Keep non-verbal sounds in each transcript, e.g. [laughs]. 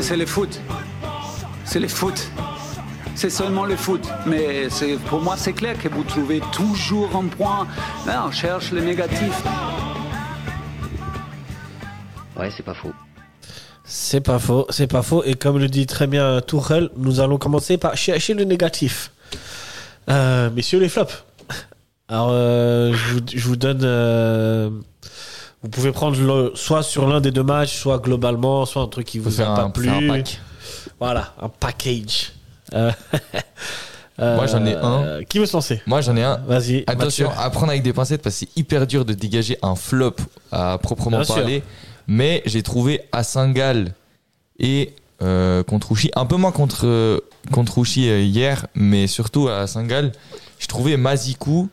C'est le foot. C'est le foot. C'est seulement le foot. Mais c'est- pour moi, c'est clair que vous trouvez toujours un point. Là, on cherche le négatif. Ouais, c'est pas faux. C'est pas faux, c'est pas faux. Et comme le dit très bien Tourelle, nous allons commencer par chercher le négatif. Euh, messieurs les flops. Alors, euh, je, vous, je vous donne. euh, vous pouvez prendre le- soit sur l'un des deux matchs, soit globalement, soit un truc qui vous faire a pas un- plu. faire un pack. Voilà, un package. Moi, [laughs] Moi, j'en ai un. Qui veut se lancer Moi, j'en ai un. Vas-y. Attention, Mathieu. à prendre avec des pincettes parce que c'est hyper dur de dégager un flop à proprement Bien sûr. parler. Mais j'ai trouvé à Saint-Gall et euh, contre Uchi, un peu moins contre, euh, contre Uchi euh, hier, mais surtout à Saint-Gall, je trouvais Mazikou,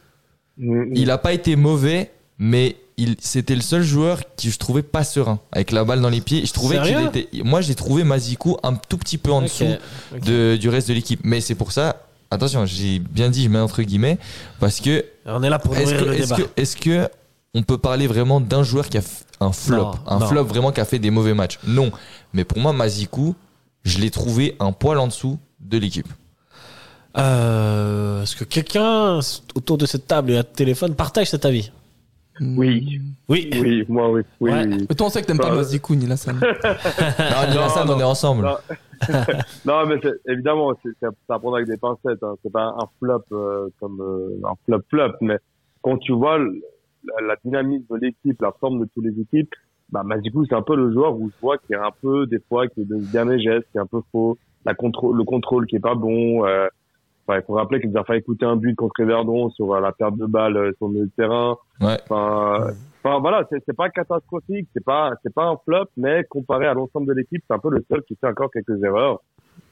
il n'a pas été mauvais, mais il c'était le seul joueur qui je trouvais pas serein avec la balle dans les pieds. Je trouvais qu'il Sérieux était. Moi, j'ai trouvé Mazikou un tout petit peu en Ok. dessous de- du reste de l'équipe. Mais c'est pour ça, attention, j'ai bien dit, je mets entre guillemets, parce que On est là pour est-ce nourrir que, le est-ce débat. que, est-ce que on peut parler vraiment d'un joueur qui a f- un flop, Non, un non. flop vraiment qui a fait des mauvais matchs Non. Mais pour moi, Mazikou, je l'ai trouvé un poil en dessous [laughs] de l'équipe. Euh, Est-ce que quelqu'un s- autour de cette table et à téléphone partage cet avis Oui, Oui. oui, moi, oui. oui, Ouais. oui. Mais Hmm. toi, on sait que t'aimes pas Bah, Mazikou ni Lassane. Non, Nina San, on non. est ensemble. Non. Non, mais c'est- évidemment, c'est c'est à c'est à prendre avec des pincettes. Hein. C'est pas un flop euh, comme euh, un flop flop, mais quand tu vois le- la, la dynamique de l'équipe, la forme de toutes les équipes, bah Mazikou c'est un peu le joueur où je vois qu'il y a un peu des fois qui est des derniers gestes, qui est un peu faux, la contrôle, le contrôle qui est pas bon. Euh, enfin, il faut rappeler qu'il nous a fait écouter un but contre Verdon sur euh, la perte de balle euh, sur le milieu de terrain. Ouais. Enfin, euh, enfin, voilà, c'est c'est pas catastrophique, c'est pas c'est pas un flop, mais comparé à l'ensemble de l'équipe, c'est un peu le seul qui fait encore quelques erreurs.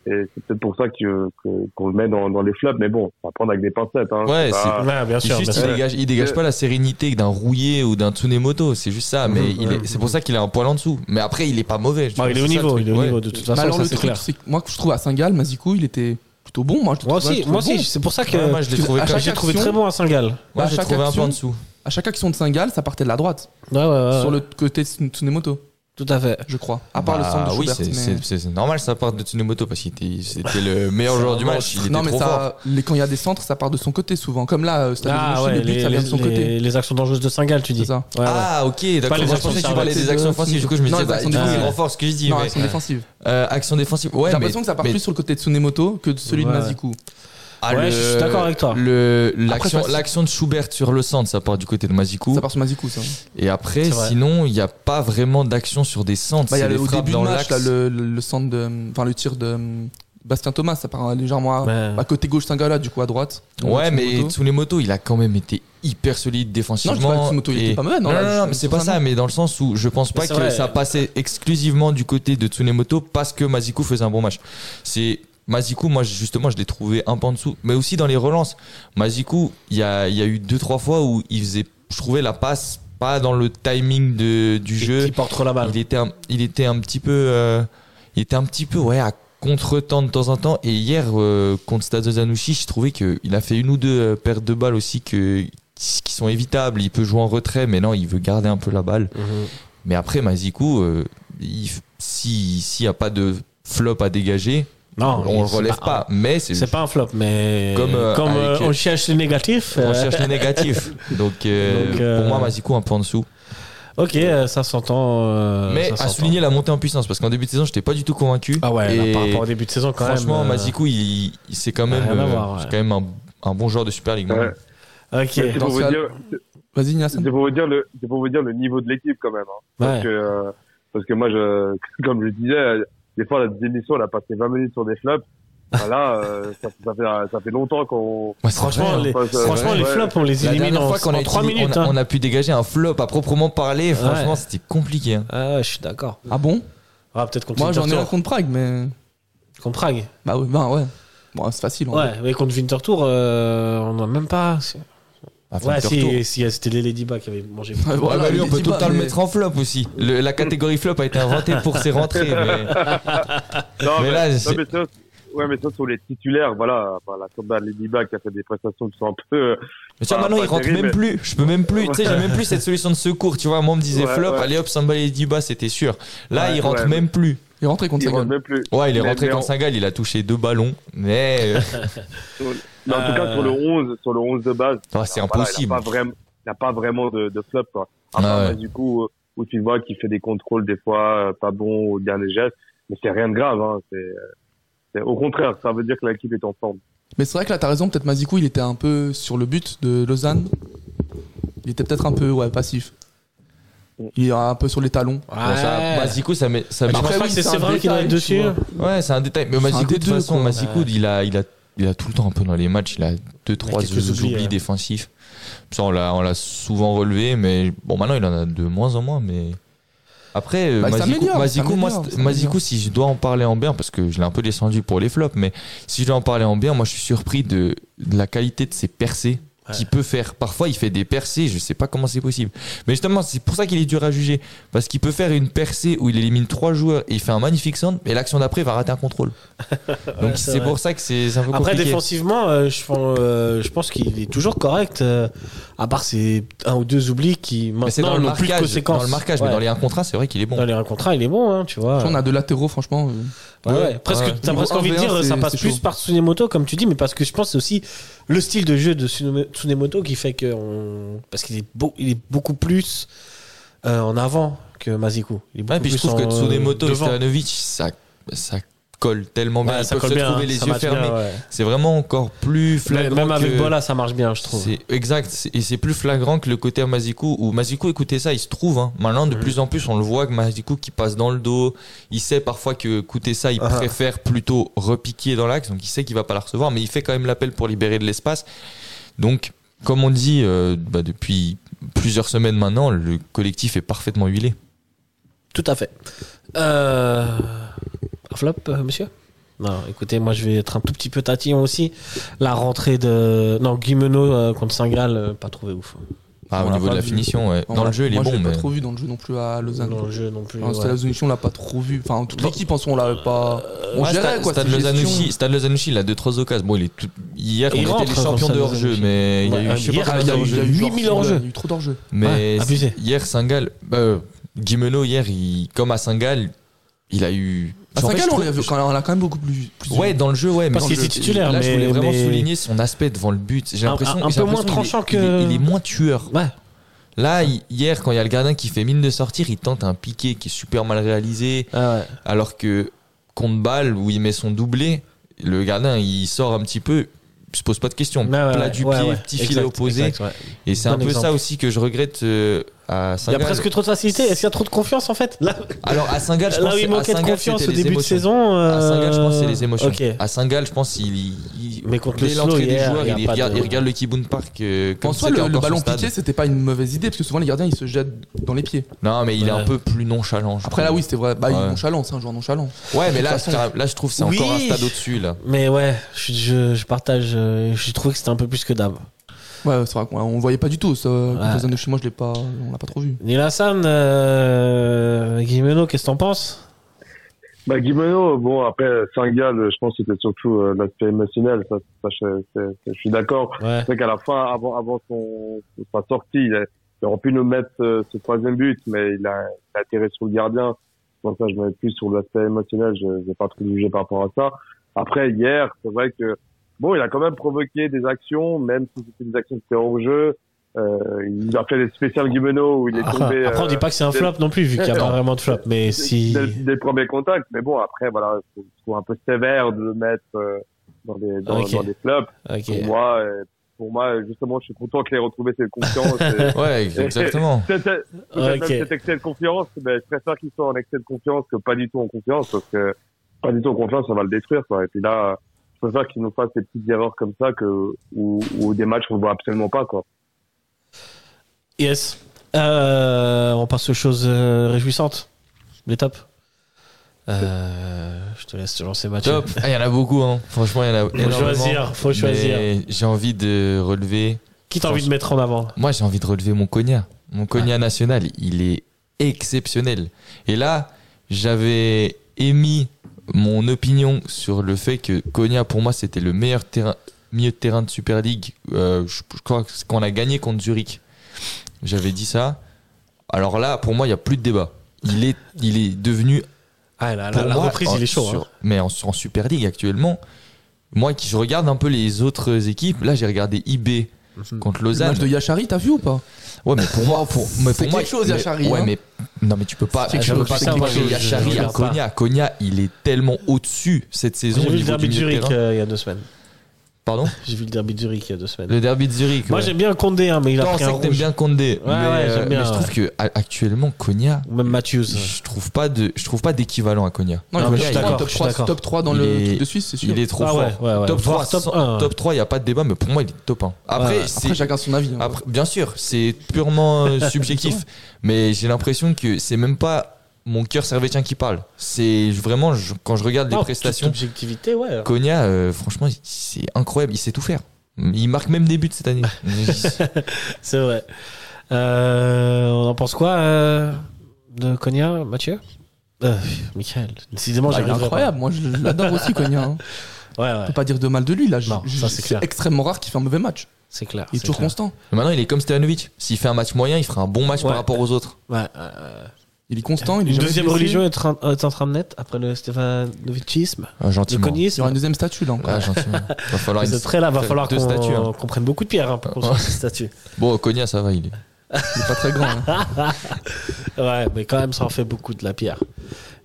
Et c'est peut-être pour ça que que- qu'on le met dans, dans les flops, mais bon, on va prendre avec des pincettes. Hein, Ouais, c'est- pas- Ouais, bien C'est sûr. juste, bien il sûr. dégage, il dégage Euh, pas la sérénité d'un Rouillé ou d'un Tsunemoto, c'est juste ça. Mais Mhm, il est- mhm. c'est pour ça qu'il a un poil en dessous. Mais après, il est pas mauvais. je Bon, trouve, il est c'est au ça le niveau, truc. il est au Ouais. niveau de toute façon, Mais alors, ça le c'est truc, clair. c'est que moi, que je trouve à Saint-Gall, Mazikou, il était plutôt bon. Moi, je le Moi trouvais- je aussi, le moi trouvais aussi, bon. c'est pour ça que Ouais, moi, je l'ai Tu- trouvé, à chaque j'ai trouvé action- très bon à Saint-Gall. moi, à j'ai Bah, chaque trouvé un peu en action, dessous. À chaque action de Saint-Gall, ça partait de la droite, Ouais, ouais, ouais. sur le côté de Tsun- Tsunemoto, Tout à fait. je crois. À part le Bah, centre de oui, Schubert. c'est- mais- c'est c'est- c'est normal ça part de Tsunemoto parce qu'il était- c'était [laughs] le meilleur joueur du match. Il était non, mais trop ça, fort. les- quand il y a des centres, ça part de son côté souvent. Comme là, euh, Stade Ah Blanchi, ouais, le but, les, ça vient de son les- côté. les actions dangereuses de Saint-Gall, tu dis. C'est ça. Ouais, ouais. Ah ok Pas les d'accord. Moi, je actions pensais que tu chargées. parlais des actions offensives. Du coup je me Non, disais les bah, actions du coup, il défensives. renforce ce que je dis. Non, mais- action défensive. Euh, Action défensive. Ouais. J'ai mais- l'impression que ça part mais- plus sur le côté de Tsunemoto que de celui Ouais. de Mazikou. Ah, Ouais, le- je suis d'accord avec toi. Le l'action ça, c'est- l'action de Schubert sur le centre ça part du côté de Mazikou. Ça part sur Mazikou, ça. Et après C'est vrai. sinon il n'y a pas vraiment d'action sur des centres. Bah, il y a C'est le, des au frappes début du dans l'axe. match, là, le, le- le centre de. Enfin, le tir de euh, Bastien Thomas, ça part euh, légèrement à, Ouais. à côté gauche Sangala, du coup à droite. Ouais, mais Tsunemoto. tous les motos, il a quand même été hyper solide défensivement. Non, je dis pas que Tsunemoto, il et- était pas mauvais, non, non, là, non, je- non, mais c'est pas vraiment. ça, mais dans le sens où je pense pas c'est que vrai. ça passait exclusivement du côté de Tsunemoto parce que Mazikou faisait un bon match. C'est Mazikou, moi justement, je l'ai trouvé un peu en dessous, mais aussi dans les relances. Mazikou, il y a, il y a eu deux trois fois où il faisait, je trouvais la passe pas dans le timing de, du Qui- jeu. Qui porte trop la balle. Il était un, il était un petit peu, euh, il était un petit peu ouais à contre-temps de temps en temps. Et hier euh, contre Stade Zanouchi, je trouvais que il a fait une ou deux euh, pertes de balles aussi que qui sont évitables. Il peut jouer en retrait, mais non, il veut garder un peu la balle. Mhm. Mais après Mazikou, euh, il- si s'il y a pas de flop à dégager, Non, on le c'est relève un- pas. Mais c'est C'est pas un flop, mais Comme, euh, comme euh, avec- on cherche les négatifs. on euh, cherche [laughs] les négatifs. Donc, euh, Donc, euh, pour moi, Mazikou un peu en dessous. Ok, euh, ça s'entend. euh, mais ça à s'entend. souligner la montée en puissance parce qu'en début de saison, j'étais pas du tout convaincu. Ah ouais, là, Et- par rapport au début de saison quand même. Franchement, euh, Mazikou, il, il- c'est quand même, rien à euh, voir, ouais. c'est quand même un, un bon joueur de Super League. moi. Ouais. Ok. Mais c'est pour Dans vous ce- dire- Vas-y, Nias. C'est pour vous dire le, c'est pour vous dire le niveau de l'équipe quand même. hein. Parce Ouais. que, euh, parce que moi, je, [laughs] comme je le disais, euh, des fois la émission, elle a passé 20 minutes sur des flops. Voilà, euh, ça, ça fait ça fait longtemps qu'on. Ouais, c'est Franchement, vrai, hein. les, Enfin, ça- franchement, ouais, les ouais. flops, on les la élimine dernière en, fois qu'on a, en 3 utilisé- minutes. on, a, hein. on a pu dégager un flop à proprement parler. Franchement, Ouais. c'était compliqué. hein. Ah, ouais, je suis d'accord. Ah bon Ah, peut-être contre Moi, j'en ai un Winterthur. contre Prague, mais. Contre Prague. Bah ouais, bah ouais. Bon, c'est facile. en vrai. Ouais, mais contre Winterthur, euh, on n'a même pas. À fin Ouais, de tour. si, si, euh, c'était les Ladybugs qui avaient mangé. Ouais, Ouais, [laughs] voilà, bah lui, on il peut dit tout le pas, temps le mais- mettre en flop aussi. Le- [laughs] la catégorie flop a été inventée pour ses rentrées. mais- Non, Mais là, c'est- non, mais c'est- ouais, mais ça, sur les titulaires, voilà, enfin, la Corda Ladyback qui a fait des prestations qui sont un peu, euh, Mais tu vois, Pas- maintenant, Ah, pas il rentre terrible, même plus. Je peux même plus. Tu sais, j'ai même plus cette solution de secours. Tu vois, moi, on me disait Ouais, flop, ouais. allez hop, Samba et Diba, c'était sûr. Là, Ouais, il rentre ouais. même plus. Il est rentré contre ils sa rentrent gueule. même plus. Ouais, il est Mais- rentré mais comme en- Singal, il a touché deux ballons. Mais [laughs] euh, Mais en tout cas, Euh. sur le 11, sur le 11 de base, oh, c'est voilà, il impossible. n'a pas vraiment, il a pas vraiment de, de flop, quoi. À part, Ah ouais. bah, du coup, euh, où tu vois qu'il fait des contrôles des fois euh, pas bons au dernier geste, mais c'est rien de grave, hein. C'est, euh, c'est- au contraire, ça veut dire que l'équipe est en forme. Mais c'est vrai que là, t'as raison, peut-être Mazikou, il était un peu sur le but de Lausanne. Il était peut-être un peu ouais, passif. Mm. Il est un peu sur les talons. Bon, ça- Masiku, ça met, ça met- Je pense Après, pas oui, que c'est c'est un Séverin qui doit être détail, tu dessus. hein. vois. Ouais, c'est un détail. Mais C'est un Masikou, de toute des deux, façon, quoi. Masikou, il a, il a, il a tout le temps un peu dans les matchs. Il a deux, trois quelques oublis, oublis ouais. défensifs. Ça, on l'a, on l'a souvent relevé, mais bon, maintenant, il en a de moins en moins, mais. Après, euh, Bah, ça Masikou, améliore, Masikou, ça moi, améliore, c'est- ça Masikou, améliore. si je dois en parler en bien, parce que je l'ai un peu descendu pour les flops, mais si je dois en parler en bien, moi, je suis surpris de, de la qualité de ses percées Ouais. qu'il peut faire. Parfois, il fait des percées, je sais pas comment c'est possible. Mais justement, c'est pour ça qu'il est dur à juger. Parce qu'il peut faire une percée où il élimine trois joueurs et il fait un magnifique centre, mais l'action d'après, il va rater un contrôle. [laughs] Donc Ouais, c'est c'est vrai. pour ça que c'est c'est un peu Après, compliqué. défensivement, euh, je, pense, euh, je pense qu'il est toujours correct, euh, à part ces un ou deux oublis qui Mais c'est maintenant dans, le n'ont plus de marquage, conséquences. dans le marquage, mais Ouais. dans les 1 contre 1, c'est vrai qu'il est bon. Dans les un contrat, il est bon, hein, tu vois. On a deux latéraux, franchement. euh, Ouais, ouais. Ouais, Presque, ouais. T'as Niveau presque envie de 1v1, dire, ça c'est- passe c'est plus chaud. par Tsunemoto, comme tu dis, mais parce que je pense que c'est aussi le style de jeu de Tsunome- Tsunemoto qui fait que. on- Parce qu'il est, beau, il est beaucoup plus euh, en avant que Mazikou. Il est Ouais, beaucoup et puis je plus trouve que en, Tsunemoto et devant. Stojanovic, ça, ça colle tellement bien. Ouais, Ils ça peuvent colle se bien, trouver hein, les ça yeux match bien, fermés. ouais. C'est vraiment encore plus flagrant. Même avec que- Bola, ça marche bien, je trouve. C'est exact, c'est- et c'est plus flagrant que le côté à Mazikou, où Mazikou, écoutez ça, il se trouve, hein. maintenant de Mhm. plus en plus, on le voit que Mazikou qui passe dans le dos, il sait parfois que écoutez ça, il Ah. préfère plutôt repiquer dans l'axe, donc il sait qu'il va pas la recevoir, mais il fait quand même l'appel pour libérer de l'espace. Donc, comme on dit euh, bah, depuis plusieurs semaines maintenant, le collectif est parfaitement huilé. Tout à fait. Euh... un Flop, euh, monsieur Non, écoutez, moi je vais être un tout petit peu tatillon aussi. La rentrée de. Non, Guimeno contre Singal, euh, pas trouvé ouf. Ah, On au l'a niveau de pas la vu. finition, ouais. enfin, dans voilà. le jeu, il est Moi, bon, Je l'ai mais pas trop vu dans le jeu non plus à Lausanne. Dans le jeu non plus. Alors, ouais. C'était la zone où on l'a pas trop vu. Enfin, toute Bon. l'équipe, en soi, on l'a pas. On Euh, Ouais, gérait, Stade- quoi. Stade cette gestion. Lozanouchi- Stade Lozanouchi, il a deux trois occasions. Bon, il est tout... hier, Il on rentre, était les hein, champions Stade de hors-jeu, Lozanouchi. mais il y a eu, Ouais, je sais hier, pas, Ah, il y a eu- il y a eu genre, 8000 hors-jeu. Il y a eu trop d'enjeux. Mais Ouais, Ah, abusé. hier, Singal, euh, Guimeno, hier, il, comme à Singal, il a eu. À En fait, Saint-Gall, je on trouve- l'a vu- on l'a quand même beaucoup plus. plus vu. Ouais, dans le jeu, ouais. Parce mais qu'il dans le était jeu, titulaire, Là, je mais- voulais vraiment mais- souligner son aspect devant le but. J'ai Un- l'impression un- un j'ai peu moins l'impression qu'il est- tranchant il est- que- Il est, moins tueur. Ouais. Là, hi- hier, quand il y a le gardien qui fait mine de sortir, il tente un piqué qui est super mal réalisé, Ah ouais. alors que contre balle où il met son doublé, le gardien il sort un petit peu, il se pose pas de questions. Ah Ouais, ouais, Plat ouais, du ouais, pied, ouais. petit Exact, filet opposé. exact, ouais. Et c'est un Bon peu exemple. ça aussi que je regrette euh, à Il y a Saint-Gall. presque trop de facilité. Est-ce qu'il y a trop de confiance en fait Là, [laughs] Alors à Saint-Gall, je là pense où il que- manquait à de Saint-Gall, confiance au c'était les début de émotions. saison. À Saint-Gall, je pense que c'est euh, les émotions. Ok. À Saint-Gall, je pense il, il- Mais contre dès le slow, l'entrée du hier, joueur, il y a il, pas regarde, de- il regarde le Kibun Park. euh, comme En soi, c'était le, encore le son ballon stade. piqué, c'était pas une mauvaise idée, parce que souvent les gardiens ils se jettent dans les pieds. Non, mais il est Ouais. un peu plus nonchalant. je Après là, trouve. oui, c'était vrai. Bah, il Ouais. est nonchalant, c'est un joueur nonchalant. Ouais, mais De là, toute façon. je- là, je trouve que c'est Oui. encore un stade au-dessus là. Mais ouais, je, je, je partage. euh, Je trouvais que c'était un peu plus que d'hab. Ouais, c'est vrai qu'on on le voyait pas du tout. Ça, Ouais. Quand Lausanne de chez moi, je l'ai pas, on l'a pas trop vu. Nilassan, euh, Guimeno, qu'est-ce que t'en penses Bah, Guimeno, bon, après, Saint-Gall, je pense que c'était surtout euh, l'aspect émotionnel, ça, ça, je, c'est- c'est- je suis d'accord. Ouais. C'est vrai qu'à la fin, avant, avant son, sa sortie, il, a- il aurait pu nous mettre euh, ce troisième but, mais il a, il a atterri sur le gardien. Donc ça, je mets plus sur l'aspect émotionnel, je n'ai pas trop jugé par rapport à ça. Après, hier, c'est vrai que, bon, il a quand même provoqué des actions, même si c'était des actions qui étaient hors jeu. Euh, il a fait les spéciales Guimeno où il est tombé. Ah, Après, on euh, dit pas que c'est un c'est- flop non plus, vu qu'il n'y a [laughs] Non. pas vraiment de flop. Mais si. des, des premiers contacts. Mais bon, après, voilà, je trouve- je trouve un peu sévère de le mettre euh, dans les dans, Ok. dans les clubs. Ok. Pour moi, euh, pour moi, justement, je suis content qu'il ait retrouvé [laughs] cette confiance. et- Ouais, exactement. Peut-être peut-être Ok. même cet excès de confiance, mais je préfère qu'il soit en excès de confiance que pas du tout en confiance, parce que pas du tout en confiance, ça va le détruire. Quoi. Et puis là, je préfère qu'il nous fasse des petites erreurs comme ça que ou, ou des matchs qu'on voit absolument pas. Quoi. Yes. Euh, on passe aux choses euh, réjouissantes. Les tops. Euh, je te laisse te lancer, Mathieu. Top. Ah, Il y en a beaucoup, hein. Franchement, il y en a Faut énormément. choisir. Faut choisir. Mais J'ai envie de relever. Qui t'as envie de mettre en avant Moi, j'ai envie de relever mon cognac. Mon cognac national, il est exceptionnel. Et là, j'avais émis mon opinion sur le fait que Konya, pour moi, c'était le meilleur terrain, milieu de terrain de Super League. Euh, je, je crois que c'est quand on a gagné contre Zurich, j'avais dit ça. Alors là, pour moi, il n'y a plus de débat. Il est, il est devenu Ah, la, la- pour la moi, reprise, en- il est chaud. sur- hein. Mais en, en Super League actuellement, moi qui je regarde un peu les autres équipes, là j'ai regardé IB Mmh. contre Le Lausanne. match de Yachari, t'as vu ou pas Ouais, mais pour moi, pour, mais C'est pour moi, quelque chose, mais- Yachari, Ouais, hein. mais non, mais tu peux pas. C'est quelque tu peux chose, pas c'est quelque comparer chose, je- Yachari je à regarde pas. Konya. Konya, il est tellement au-dessus cette saison. J'ai au vu le niveau derby du de milieu de Zurich terrain. euh, il y a deux semaines. Pardon, J'ai vu le derby de Zurich il y a deux semaines. le derby de Zurich. Moi, ouais. j'aime bien Condé, hein, mais il a Toi, on pris sait un que t'aimes rouge. bien Condé, Ouais, mais, ouais, j'aime euh, bien, mais je trouve que à- actuellement Konya, Ou Même Matthews. je trouve pas de, je trouve pas d'équivalent à Konya. Non, mais il est je suis top d'accord, trois, je suis top d'accord. 3, top 3 dans Il le est- l'équipe de Suisse, c'est sûr. Il est trop Ah fort. ouais, ouais, ouais. Top Voire 3, top un. top 3, il n'y a pas de débat, mais pour moi, il est top 1. Après, Ouais. c'est- Après, chacun son avis. hein. après, bien sûr, c'est purement [laughs] euh, subjectif, mais j'ai l'impression que c'est même pas mon cœur servétien qui parle. C'est vraiment, je- quand je regarde les Non, prestations, Ah, toute Objectivité, ouais. Konya, euh, franchement, il- c'est incroyable, il sait tout faire. Il marque même des buts [laughs] cette année. C'est vrai. Euh, on en pense quoi euh, de Konya, Mathieu euh, Michael, décidément, Ah, il est j'arriverai incroyable, moi je je l'adore aussi, Cogna. hein. pas. Ouais, On ouais, peut pas dire de mal de lui, là. je- Non, je- ça, c'est c'est clair. extrêmement rare qu'il fait un mauvais match. c'est clair. Il est c'est toujours clair. constant. Maintenant, il est comme Stevanovic. S'il fait un match moyen, il fera un bon match Ouais. par rapport aux autres. Ouais, euh, Il est constant, il est une jamais deuxième blessé. religion est, en- est en train de naître après le Stefanovicisme, Ah, le gentiment. Il y aura conisme. une deuxième statue, là. encore. [laughs] Ah, gentiment. Va falloir Vous une... êtes prêts là, va falloir deux qu'on statues, hein. qu'on prenne beaucoup de pierres hein, pour construire ces statues. Bon, Konya, ça va, il est. Il est pas très grand. hein. Ouais, mais quand même, ça en fait beaucoup de la pierre.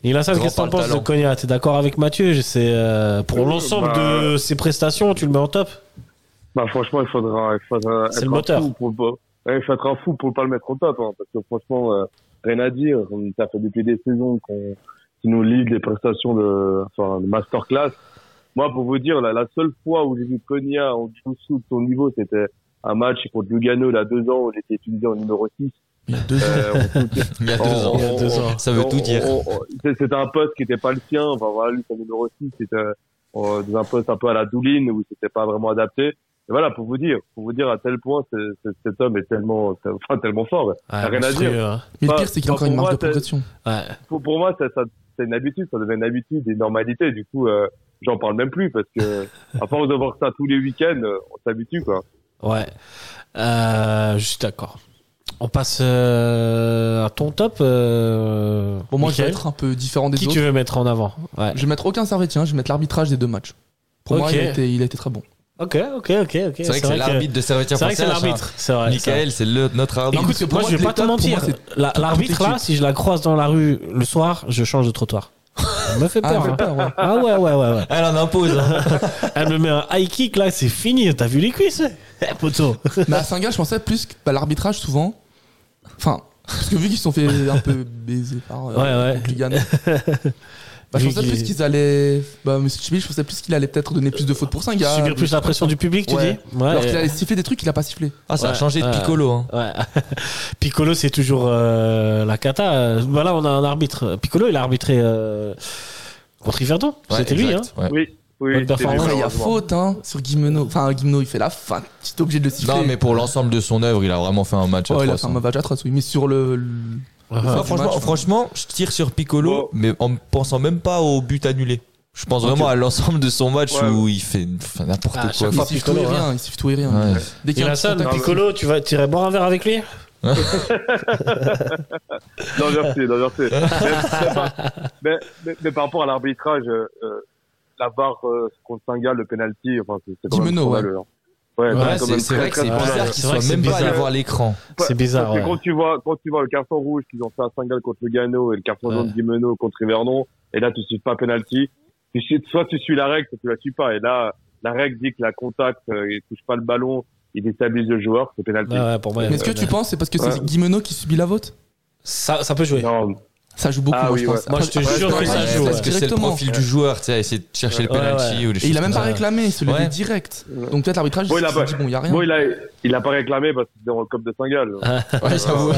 Nilassan, Grand qu'est-ce que t'en par le penses de talent. Konya T'es d'accord avec Mathieu Je sais, euh, Pour Oui, l'ensemble bah- de ses prestations, tu le mets en top Bah, franchement, il faudra, il faudra C'est être le un moteur. fou pour pas- ouais, il faudra être un fou pour pas le mettre au top, hein, parce que franchement, euh, rien à dire. On- Ça fait depuis des saisons qu'on, qu'ils nous livre des prestations de, enfin, de masterclass. Moi, pour vous dire, la, la seule fois où j'ai vu Konya en dessous de son niveau, c'était un match contre Lugano, il y a deux ans, où j'étais étudiant en numéro 6. Il y a deux Euh, on foutait- Il y a deux on- ans. Il y a deux ans. Oh, Ça veut on- tout on- dire. on- on- c'est- C'était un poste qui n'était pas le sien. Enfin, voilà, lui, c'est le numéro 6. C'était euh, dans un poste un peu à la douline où c'était pas vraiment adapté. Et voilà, pour vous dire, pour vous dire à tel point ce- ce- cet homme est tellement, enfin, tellement fort. Ouais, Oh, T'as rien à monstrueux, dire. hein. Mais le Bah, pire, c'est qu'il y a bah, encore une pour marge moi, de c'est- progression. Ouais. Pour, pour moi, ça, ça- c'est une habitude, ça devient une habitude, une normalité. Du coup, euh, j'en parle même plus parce [laughs] que à force de voir ça tous les week-ends, euh, on s'habitue quoi. Ouais. Euh, je suis d'accord. On passe euh, à ton top. Euh, Bon, moi, je vais Michael. être un peu différent des qui tu autres. veux mettre en avant Ouais. Je vais mettre aucun servetien, je vais mettre l'arbitrage des deux matchs. Pour moi, Ok. il a été- il a été très bon. Ok, ok, ok, ok. C'est vrai que c'est l'arbitre de C'est Servetien vrai français. que c'est hein. l'arbitre. C'est vrai. c'est vrai. Michael, c'est le- notre arbitre. Écoute, Écoute, parce que pour moi, moi, je vais pas les te tops, pour mentir. moi, La- toute L'arbitre là, l'équipe. si je la croise dans la rue le soir, je change de trottoir. Elle me fait Ah, peur. il hein. fait peur, ouais. [laughs] Ah ouais, ouais, ouais, ouais. Elle en impose. [laughs] hein. Elle me met un high kick là, c'est fini. T'as vu les cuisses Eh, poteau. Mais à Singa, je pensais plus que bah, l'arbitrage, souvent. Enfin, parce que vu qu'ils se sont fait un peu baiser par euh, Ouais, ouais. [laughs] contre Lugano, bah, je Vu pensais qu'il- plus qu'ils allaient. Bah, Monsieur Chibi, je pensais plus qu'il allait peut-être donner plus de fautes pour Singa. Subir plus la pression du public, tu Ouais. dis Ouais. Alors qu'il euh, allait siffler des trucs qu'il a pas sifflé. Ah, ça a Ouais, changé de ouais. Piccolo. hein. Ouais. [laughs] Piccolo, c'est toujours euh, la cata. Euh, Voilà, on a un arbitre. Piccolo, il a arbitré euh, contre Yverdon. Ouais, C'était lui, hein. exact, ouais. Oui, oui. Bonne c'est performance. lui, Après, il y a malheureusement. faute hein, sur Guimeno. Enfin, Guimeno, il fait la fin. T'es obligé de le siffler. Non, mais pour l'ensemble de son œuvre, il a vraiment fait un match Oh, il a atroce. fait un hein. match atroce, oui. Mais sur le. le- Ah, Ouais, match, franchement, ouais. franchement, je tire sur Piccolo, Bon. mais en pensant même pas au but annulé. Je pense vraiment à l'ensemble de son match Ouais. où il fait enfin, n'importe Ah, quoi. chaque Il fois, siffle tout et Piccolo, rien. Il siffle tout et rien. hein. Ouais. Dès qu'il y a un petit Nilasson, contact, il Piccolo, tu vas tirer boire un verre avec lui Non, merci, non, merci. mais, mais par- mais, mais- mais par rapport à l'arbitrage, euh, euh, la barre euh, contre Singa, le penalty, enfin, c'est c'est quand même Dimeno, scandaleux, hein. Ouais, Ouais, c'est quand C'est même c'est très, vrai que très c'est très scandaleux. bizarre bizarre. qu'il C'est vrai soit que même c'est pas allé bizarre. voir l'écran. C'est bizarre, Parce que ouais. quand tu vois, quand tu vois le carton rouge qu'ils ont fait à Singa contre Lugano et le carton Ouais. jaune Dimeno contre Yvernon, et là, tu suis pas penalty. Tu suis- soit tu suis la règle, soit tu la suis pas. Et là, la règle dit que la contact, euh, il touche pas le ballon, il déstabilise le joueur, c'est penalty. Ouais, ouais, pour moi, Mais est-ce que ouais, tu ouais. penses c'est parce que c'est Ouais. Guimeno qui subit la vote ça, ça peut jouer. Non, Ça joue beaucoup, Ah moi, oui, je pense. ouais. Moi, je te Après, jure après, que ça ouais, joue, ouais. ouais. Parce que c'est le Directement. profil du joueur, tu sais, essayer de chercher le Ouais, penalty ouais. ou les Et choses il a même comme pas ça. réclamé, celui Ouais. direct. Donc peut-être l'arbitrage, euh, Bon, il il a s'est pas- dit, bon, il y a rien. bon, il a, il a pas réclamé parce qu'il est dans le cop de Singa. là. Ouais, j'avoue.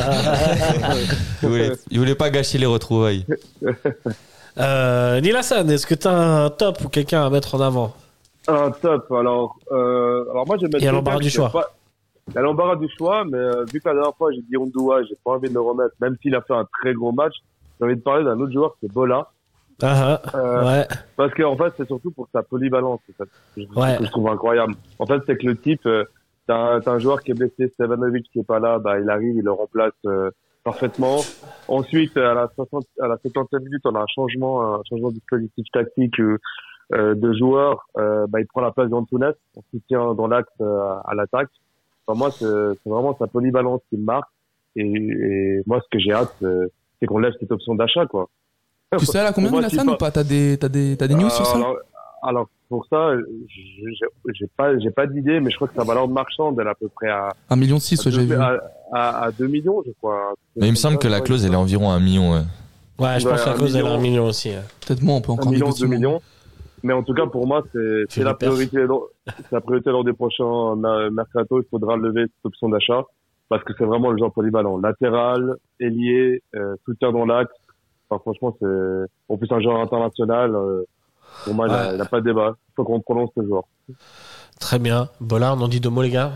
Il voulait- Il voulait pas gâcher les retrouvailles. [laughs] Euh, Nilassan, est-ce que t'as un top ou quelqu'un à mettre en avant Un top. Alors, euh, alors moi, je Il y vais mettre a quelqu'un l'embarras qui du fait choix. pas- Il y a l'embarras du choix, mais euh, vu que la dernière fois, j'ai dit Ondoua, j'ai pas envie de le remettre, même s'il a fait un très gros match. J'ai envie de parler d'un autre joueur, c'est Bola. Ah, ah, Euh, ouais. Parce qu'en fait, c'est surtout pour sa polyvalence. en fait. Je- Ouais. que je trouve incroyable. En fait, c'est que le type, euh, t'as un, t'as un joueur qui est blessé, Stevanovic qui est pas là, bah, il arrive, il le remplace euh, parfaitement. Ensuite, à la 60, à la 50e minute, on a un changement, un changement de dispositif tactique euh, euh, de joueur. Euh, bah, il prend la place d'Antunes, on soutient dans l'axe euh, à l'attaque. Enfin, moi, c'est c'est vraiment sa polyvalence qui me marque. Et, et moi, ce que j'ai hâte, euh, c'est qu'on lève cette option d'achat, quoi. Tu sais à combien Moi, de la je sais salle pas. ou pas T'as des, t'as des, t'as des news sur ça Euh, alors, alors, pour ça, j'ai j'ai pas, j'ai pas d'idée, mais je crois que sa valeur marchande, elle est à peu près à, Un million six, à, ouais, j'ai Ah, deux- vu. à, à- à 2 millions, je crois. Mais il me semble que la clause, elle est environ à 1 million. ouais. Ouais, je bah, Ouais, pense qu'à un cause, elle a un million. million aussi. hein. Peut-être moins, on peut encore 1 million, négocier 2 moins. millions. Mais en tout cas, pour moi, c'est c'est la le perds. priorité. dans- C'est la priorité lors des prochains euh, mercato. Il faudra lever cette option d'achat parce que c'est vraiment le genre polyvalent. Latéral, ailier, euh, soutien dans l'axe. Enfin, franchement, c'est en plus un genre international. euh, pour moi, il Ouais. n'y a, pas de débat. Il faut qu'on prononce ce joueur. Très bien. Bollard, on en dit deux mots, les gars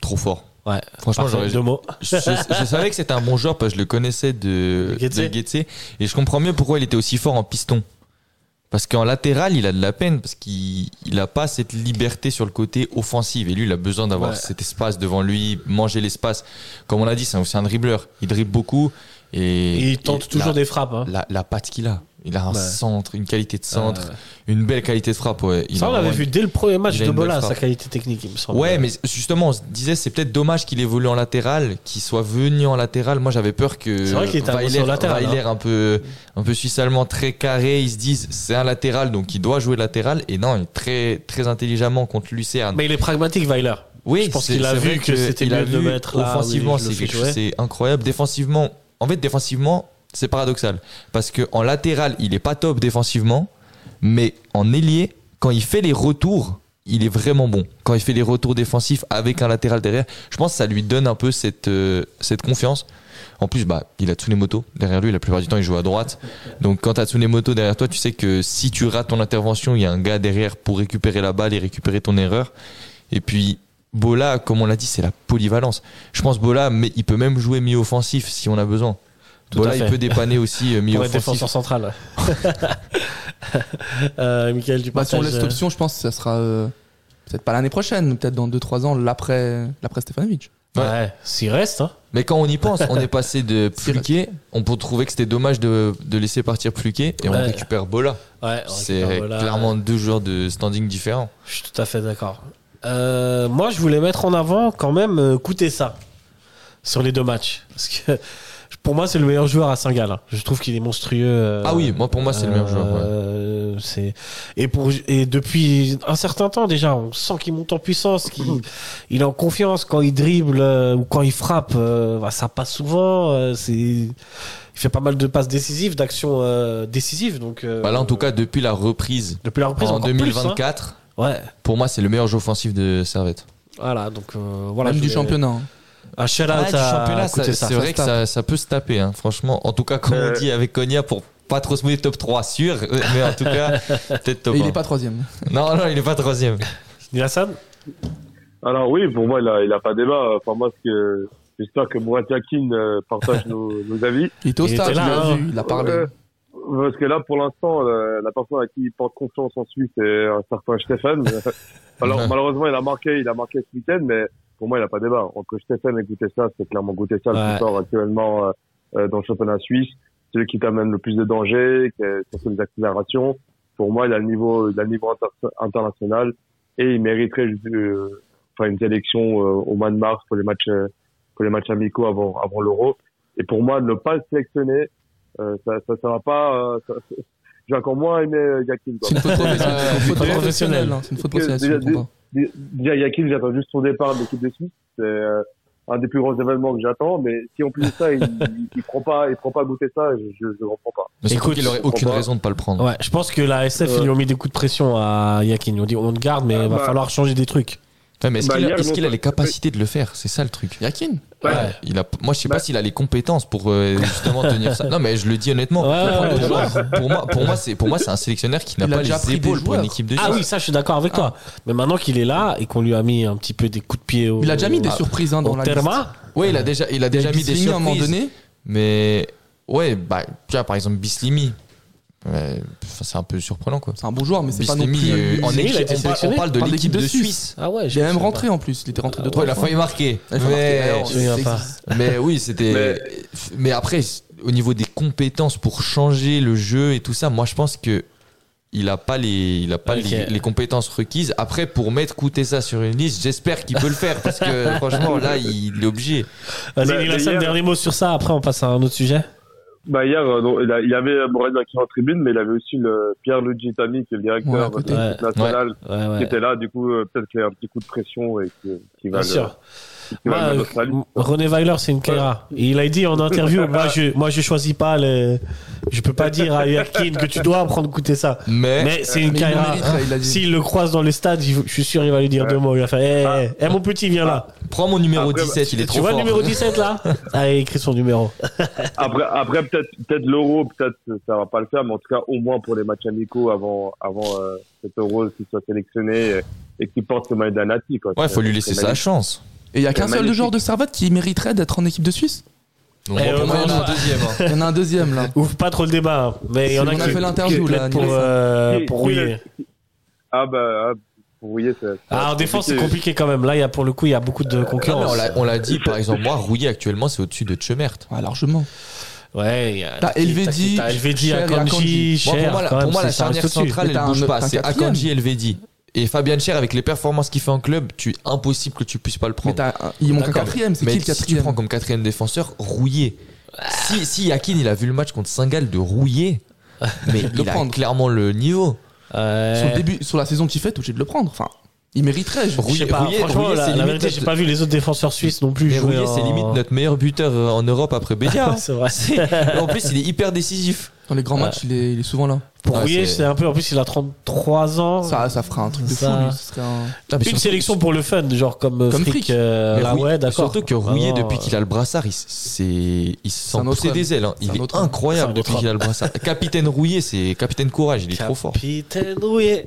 Trop fort. Ouais. Franchement, Parfait, j'aurais- deux mots. je, je savais que c'était un bon joueur parce que je le connaissais de De Guetze. de Guetze. et je comprends mieux pourquoi il était aussi fort en piston. Parce qu'en latéral, il a de la peine parce qu'il il a pas cette liberté sur le côté offensive et lui, il a besoin d'avoir Ouais. cet espace devant lui, manger l'espace. Comme on l'a dit, c'est un, c'est un dribbleur. Il dribble beaucoup et Il tente et toujours la, des frappes. Hein. la, la patte qu'il a. Il a un Ouais. centre, une qualité de centre, Euh, une belle qualité de frappe. Ouais. Il ça, a on l'avait vraiment vu dès le premier match il a de une belle Bollard, sa frappe. qualité technique, il me semble. Ouais, mais justement, on se disait, c'est peut-être dommage qu'il évolue en latéral, qu'il soit venu en latéral. Moi, j'avais peur que. C'est vrai qu'il était un bon Weiler- sur latéral, Weiler, hein. un peu, un peu suisse-allemand, très carré. Ils se disent, c'est un latéral, donc il doit jouer latéral. Et non, il est très, très intelligemment contre Lucerne. Mais il est pragmatique, Weiler. oui, je pense c'est- qu'il a c'est vu vrai que c'était il a mieux de vu mettre là, Offensivement, oui, je le c'est fais quelque chose- jouer. c'est incroyable. Défensivement, en fait, défensivement, c'est paradoxal. Parce que en latéral, il est pas top défensivement, mais en ailier, quand il fait les retours, il est vraiment bon. Quand il fait les retours défensifs avec un latéral derrière, je pense que ça lui donne un peu cette, euh, cette confiance. En plus, bah, il a Tsunemoto derrière lui. La plupart du temps, il joue à droite. Donc, quand tu as Tsunemoto derrière toi, tu sais que si tu rates ton intervention, il y a un gars derrière pour récupérer la balle et récupérer ton erreur. Et puis, Bola, comme on l'a dit, c'est la polyvalence. Je pense Bola, mais il peut même jouer mi-offensif si on a besoin. Tout à Bola, il fait. peut dépanner [laughs] aussi euh, Pour être mi-offensif. défenseur central. euh, Michael, tu Bah, si on laisse partages, euh, l'option, je pense que ça sera euh, peut-être pas l'année prochaine, mais peut-être dans 2-3 ans, l'après l'après Stefanovic. Ouais. Ouais, s'il reste. Hein. Mais quand on y pense, on [laughs] est passé de C'est vrai. Pluquet, on peut trouver que c'était dommage de, de laisser partir Pluquet et on Ouais. récupère Bola. Ouais, on C'est récupère Bollard. clairement deux joueurs de standing différents. Je suis tout à fait d'accord. Euh, moi, je voulais mettre en avant quand même euh, coûter ça sur les deux matchs. Parce que [laughs] pour moi, c'est le meilleur joueur à Saint-Gall. hein. Je trouve qu'il est monstrueux. euh, ah oui, moi pour moi c'est le meilleur joueur. ouais. Euh, c'est- et pour et depuis un certain temps déjà, on sent qu'il monte en puissance, [clears throat] qu'il il est en confiance quand il dribble euh, ou quand il frappe, euh, bah, ça passe souvent. euh, c'est il fait pas mal de passes décisives, d'actions euh, décisives. Donc euh, Bah là en tout cas depuis la reprise depuis la reprise en encore plus, hein. 2024, Ouais, pour moi c'est le meilleur jeu offensif de Servette. voilà. Donc euh, voilà. Même je du voulais- championnat. hein. Un shout out Ah, du championnat, à ça- côté ça. c'est ça vrai se que tape. ça, ça peut se taper, hein, franchement. En tout cas, comme Euh. on dit avec Konya, pour pas trop se mouiller top 3, sûr, [laughs] euh, mais en tout cas, peut-être top Et il 1. est pas troisième. Non, non, il est pas troisième. Nilassan Alors oui, pour moi, il a, il a pas débat. Enfin, moi, ce que j'espère que Mourad Yakin euh, partage nos, nos avis. Il était au Il stade, était il là, a hein. vu, il a parlé. Euh, parce que là, pour l'instant, euh, la personne à qui il porte confiance en Suisse, c'est un certain Stéphane. Alors malheureusement, il a marqué, il a marqué ce week-end, mais pour moi, il a pas débat. Entre Stéphane et Goutessa, c'est clairement Goutessa Ouais. le plus fort actuellement euh, euh, dans le championnat suisse. Celui qui quand même le plus de danger, qui a surtout les accélérations. Pour moi, il a le niveau, il a le niveau inter- international et il mériterait euh, enfin une sélection euh, au mois de mars pour les matchs euh, pour les matchs amicaux avant avant l'Euro. Et pour moi, ne pas le sélectionner, euh, ça, ça ça va pas. euh, ça- [laughs] ça- J'ai encore moins aimé euh, Yakin. quoi. C'est une faute professionnelle. Ouais, C'est une faute professionnelle. professionnelle. hein. C'est une faute Parce que professionnelle. déjà- je comprends pas. Dé- Déjà, Yakin, j'attends juste son départ de l'équipe de Suisse. C'est euh, un des plus grands événements que j'attends. Mais si en plus de ça, il, il, il prend pas, il prend pas goûter ça, je, je, je comprends pas. Mais surtout Écoute, qu'il aurait on aucune va- raison de pas le prendre. Ouais, je pense que la SF, ils lui ont mis des coups de pression à Yakin. Ils ont dit on te garde, mais il va bah- falloir changer des trucs. Ouais, mais est-ce Bah, qu'il a, hier, est-ce ils qu'il a ont- les capacités de le faire C'est ça le truc. Yakin Ouais. Il a, moi, je sais pas Bah. s'il a les compétences pour euh, justement tenir ça. Non, mais je le dis honnêtement. Ouais, ouais, pour, moi, ouais, le ouais. joueur- pour moi, pour moi, c'est pour moi, c'est un sélectionnaire qui n'a Il a pas déjà les pris des épaules pour joueurs. une équipe de Ah Suisse. oui, ça, je suis d'accord avec toi. Mais maintenant qu'il est là et qu'on lui a mis un petit peu des coups de pied au. Il a déjà mis des au- surprises hein, dans Oh. au la liste. Terma. Ouais, il a déjà, il a déjà mis des Bisligny, à un moment surprises. donné. Mais ouais, bah, tu vois, par exemple, Bislimi. Ouais, enfin, c'est un peu surprenant quoi. C'est un bon joueur, mais c'est pas non Busquemi, plus. euh, en Busquemi, équipe, il a été on, parle- on sélectionné parle de par l'équipe de Suisse. Ah ouais, il est je- même je- rentré en plus. Il était rentré deux Ouais, trois il a fois. failli marquer. Il a failli Mais- marquer, Je me souviens pas. Mais oui, c'était. Mais... Mais- après, au niveau des compétences pour changer le jeu et tout ça, moi je pense que il a pas les, il a pas Ok. les, les compétences requises. Après, pour mettre ça sur une liste, j'espère qu'il peut le faire parce [laughs] que franchement, là, il est obligé. Vas-y, Bah, Nicolas, un d'ailleurs- dernier mot sur ça. Après, on passe à un autre sujet. Bah hier, euh, non, il, a- il y avait Morena qui est en tribune, mais il avait aussi le Pierre Luigi Tami, qui est le Ouais, directeur à côté. de Ouais, l'équipe nationale, ouais, ouais. qui était là. Du coup, euh, peut-être qu'il y a un petit coup de pression et qui, qui Bien va le, sûr. qui va Moi, le euh, mettre au salut. René Weiler, c'est une caïra. Et il a dit en [laughs] interview, moi je, moi je choisis pas les, je peux pas dire à Yakin que tu dois apprendre à goûter ça. Eh, Mais, Mais c'est une Mais il le caïra. mériterait, il a dit. S'il le croise dans le stade, il- je suis sûr il va lui dire deux mots. Il va faire, Eh, Ah. eh, eh, mon petit, viens là. prends mon numéro Après, 17, il est bah, tu trop vois fort. le [laughs] numéro 17 là Ah, Allez, écris son numéro. Après, après peut-être peut-être l'euro, peut-être euh, ça va pas le faire, mais en tout cas au moins pour les matchs amicaux avant avant euh, cet euro s'il soit sélectionné et, et qu'il porte le maillot d'un nati. Quoi. Ouais, C'est- faut lui c'est laisser sa magnifique. chance. Et il y a qu'un C'est seul magnifique. joueur de Servette qui mériterait d'être en équipe de Suisse. Donc, Eh, on on va en va- un deuxième. [laughs] hein. Il y en a un deuxième là. Ouvre pas trop le débat, hein. mais il y en a On qui a fait l'interview, qui- là, pour, Nicolas. euh, Qui- pour qui rouiller. Ah bah ah, pour Rouillet, c'est- c'est Ah, en défense c'est compliqué quand même. Là, il y a pour le coup, il y a beaucoup de Non, mais on concurrence. l'a- on l'a dit, par exemple, moi, Rouillé actuellement, c'est au-dessus de Tchemert. Ouais, largement. Ouais, il y a- T'as Elvedi, t'as Elvedi, Cher et Akanji, Akanji. Moi, Cher. pour moi, la, quand pour même, moi, c'est- la ça reste charnière au-dessus. centrale, Mais elle t'as bouge un- pas. t'as un C'est quatrième. Akanji et Elvedi. Et Fabien Cher, avec les performances qu'il fait en club, tu impossible que tu puisses pas le Mais prendre. t'as un- il manque un D'accord. quatrième. C'est Mais qui le si tu prends quatrième comme quatrième défenseur, rouillé. Si, si Yakin, il a vu le match contre Singal de rouillé, mais Le il a prendre. clairement le niveau. Ouais. Sur le début, sur la saison qu'il fait, t'es obligé de le prendre. Enfin, il mériterait. je- Je sais pas, Rouillet- franchement, Rouillet, la, c'est la limite vérité, notre- j'ai pas vu les autres défenseurs suisses non plus Mais jouer. rouillé, c'est en- limite [laughs] notre meilleur buteur euh, en Europe après Bédia. hein. C'est vrai. en plus, il est hyper décisif. Dans les grands Ouais. matchs, il est, il est souvent là. Pour Ouais, Rouillet, c'est- c'est un peu. En plus, il a 33 ans. Ça, ça fera un truc de fou. Ça- lui. Ce serait un- Non, mais Une surtout- sélection pour le fun, genre comme, euh, Comme Frick. Frick. euh, Mais là, Rouillet- ouais, d'accord. Ah Surtout que Rouillé, Vraiment, euh, depuis qu'il a le brassard, il, s- c'est, il se C'est sent un autre pousser homme. des ailes. hein. C'est Il un est autre homme. incroyable C'est un autre depuis qu'il a le brassard. Capitaine Rouillé, c'est capitaine courage, il est trop fort. Capitaine Rouillet.